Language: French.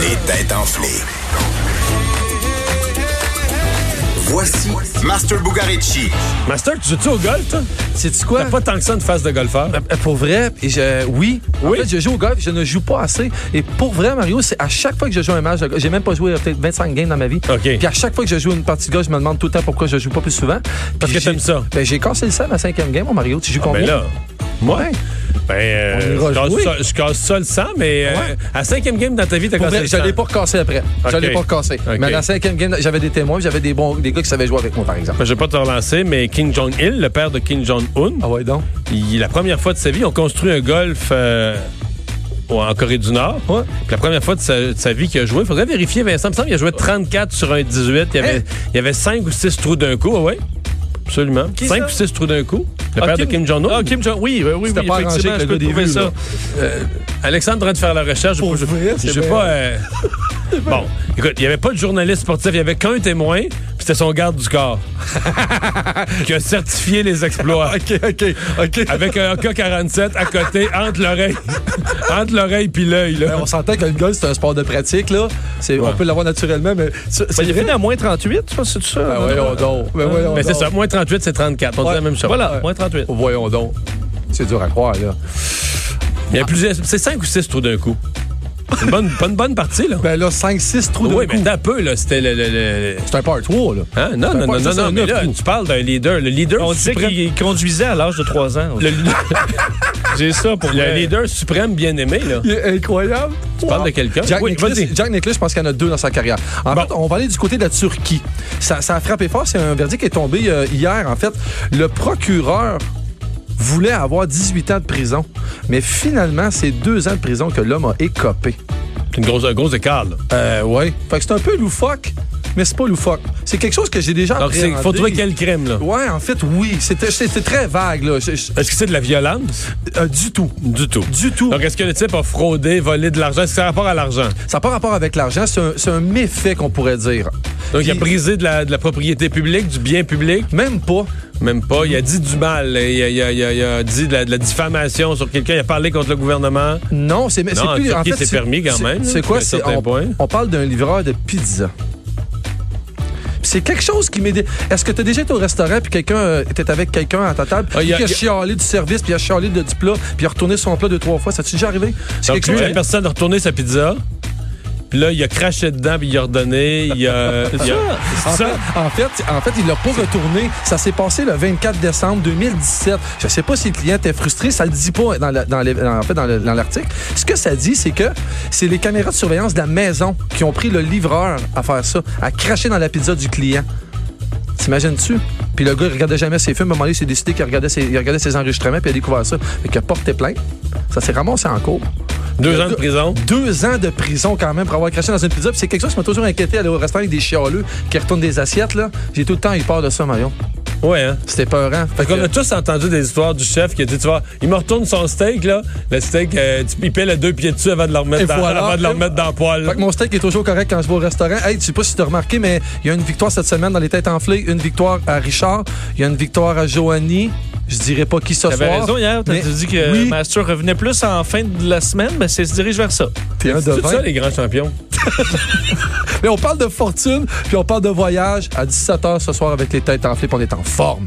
Les têtes enflées. Voici Master Bugarici. Master, tu joues-tu au golf, toi? C'est quoi? T'as pas tant que ça une face de golfeur. Euh, Pour vrai, et je- oui. En Oui. fait, je joue au golf, je ne joue pas assez. Et pour vrai, Mario, c'est à chaque fois que je joue un match, de golf- j'ai même pas joué euh, peut-être 25 games dans ma vie. OK. Puis à chaque fois que je joue une partie de golf, je me demande tout le temps pourquoi je joue pas plus souvent. Parce que Puis j'ai- t'aimes ça. Ben, j'ai cassé le sang à ma cinquième game, mon Mario. Tu joues combien? Ben là, moi, Ouais. ben, euh, On ira je, casse jouer. ça, je casse ça le sang, mais euh, Ouais. à cinquième game dans ta vie, t'as Pour cassé vrai, le je sang. l'ai pas recassé après. Je OK. l'ai pas recassé. OK. Mais dans la cinquième game, j'avais des témoins, j'avais des bons des gars qui savaient jouer avec moi, par exemple. Ben, je vais pas te relancer, mais Kim Jong-il, le père de Kim Jong-un, Ah ouais, donc? il- la première fois de sa vie, on construit un golf euh, au- en Corée du Nord. Ouais. Puis la première fois de sa, de sa vie qu'il a joué, il faudrait vérifier, Vincent. Il me semble qu'il a joué 34 sur un 18. Il y avait, Hein? il y avait 5 ou 6 trous d'un coup, oui. Absolument. Qui 5 ça? ou 6 trous d'un coup. Le Ah, père de Kim Jong-un. Ah, Kim Jong. Oui, oui, oui, C'était oui, pas arrangé effectivement, avec je le peux gars des trouver vues, là. ça. Euh, Alexandre en train de faire la recherche. Pour je vrai, c'est je sais bien. pas. euh, bon, écoute, il n'y avait pas de journaliste sportif, il n'y avait qu'un témoin, puis c'était son garde du corps qui a certifié les exploits. OK, OK, OK. Avec un AK-47 à côté, entre l'oreille, entre l'oreille puis l'œil. là. Ben, on s'entend que le golf, c'est un sport de pratique, là. C'est- Ouais. On peut l'avoir naturellement, mais. c'est- Ben, c'est il est vrai? venu à moins 38, tu vois, c'est tout ça? Ben, Non, voyons non, non. donc. Ben, voyons Mais c'est donc. ça, moins 38, c'est 34. On dit Ouais. la même chose. Voilà, moins 38. Voyons donc. C'est dur à croire, là. Il y a plusieurs. C'est 5 ou 6 trous d'un coup. Une bonne, bonne, bonne partie, là. Ben là, 5-6 trous oui, de mais coup. d'un peu, là. C'était le. le- le- C'est un par 3, là. Hein? Non, C'est non, un non, point, non, c'est un non, mais là, neuf trous. tu parles d'un leader. Le leader On disait suprême. qu'il conduisait à l'âge de 3 ans. Le, J'ai ça pour le leader suprême bien aimé, là. Il est incroyable. Tu parles de quelqu'un? Jack, Oui, Nicklaus, vas-y. Jack Nicklaus, je pense qu'il y en a deux dans sa carrière. En Bon. fait, on va aller du côté de la Turquie. Ça, ça a frappé fort. C'est un verdict qui est tombé euh, hier. En fait, le procureur voulait avoir 18 ans de prison. Mais finalement, c'est deux ans de prison que l'homme a écopé. C'est une grosse, un gros écart, là. Euh, ouais. Fait que c'est un peu loufoque, mais c'est pas loufoque. C'est quelque chose que j'ai déjà Donc, il faut appréhendé. trouver quel crime, là. Ouais, en fait, oui. C'était c'était très vague, là. Je- je- Est-ce que c'est de la violence? euh, du tout. Du tout. Du tout. Donc, est-ce que le type a fraudé, volé de l'argent? Est-ce que ça a rapport à l'argent? Ça n'a pas rapport avec l'argent, c'est un, c'est un méfait qu'on pourrait dire. Donc, il a Puis- brisé de la, de la propriété publique, du bien public? Même pas. Même pas. Il a dit du mal. là. Il a, il a- il a- il a dit de la, de la diffamation sur quelqu'un. Il a parlé contre le gouvernement. Non, c'est c'est en plus. Turquie, c'est permis quand c'est- même, C'est jusqu'à quoi un c'est- certain on, point. on parle d'un livreur de pizza. Puis C'est quelque chose qui m'aide. Est-ce que tu as déjà été au restaurant puis quelqu'un euh, était avec quelqu'un à ta table Ah, puis y a- qui a y a- chialé du service puis il a chialé de, du plat puis il a retourné son plat deux trois fois, ça t'est déjà arrivé C'est Donc, quelque tu vois, chose hein? la personne a retourné sa pizza. Puis là, il a craché dedans, puis il a ordonné. Il a. il a- En ça? fait, en fait, en fait, il l'a pas retourné. Ça s'est passé le 24 décembre 2017. Je sais pas si le client était frustré. Ça le dit pas dans, la- dans les- dans- en fait, dans le- dans l'article. Ce que ça dit, c'est que c'est les caméras de surveillance de la maison qui ont pris le livreur à faire ça, à cracher dans la pizza du client. T'imagines-tu? Puis le gars, il regardait jamais ses films. À un moment donné, il s'est décidé qu'il regardait ses, il regardait ses enregistrements puis il a découvert ça. Fait qu'il a porté plainte. Ça s'est ramassé en cours. Deux Le ans de gars- prison. Deux ans de prison quand même pour avoir craché dans une pizza. Puis c'est quelque chose qui m'a toujours inquiété aller au restaurant avec des chialeux qui retournent des assiettes. là. J'ai tout le temps eu peur de ça, Marion. Ouais, hein? C'était peurant. Fait Parce qu'on que- a tous entendu des histoires du chef qui a dit, tu vois, il me retourne son steak, là. Le steak, euh, tu- il pèle à deux pieds dessus avant de le remettre, Et dans, voilà. avant de le Et- remettre dans le poêle. Fait que mon steak est toujours correct quand je vais au restaurant. Hey, tu sais pas si tu as remarqué, mais il y a une victoire cette semaine dans les têtes enflées. Une victoire à Richard. Il y a une victoire à Joanie. Je dirais pas qui ce T'avais soir. raison hier, t'as mais- dit que oui. Master revenait plus en fin de la semaine, mais c'est se dirige vers ça. T'es un Ah, de C'est tout vingt. ça, les grands champions. Mais on parle de fortune, puis on parle de voyage à 17h ce soir avec les têtes enflées, puis on est en forme.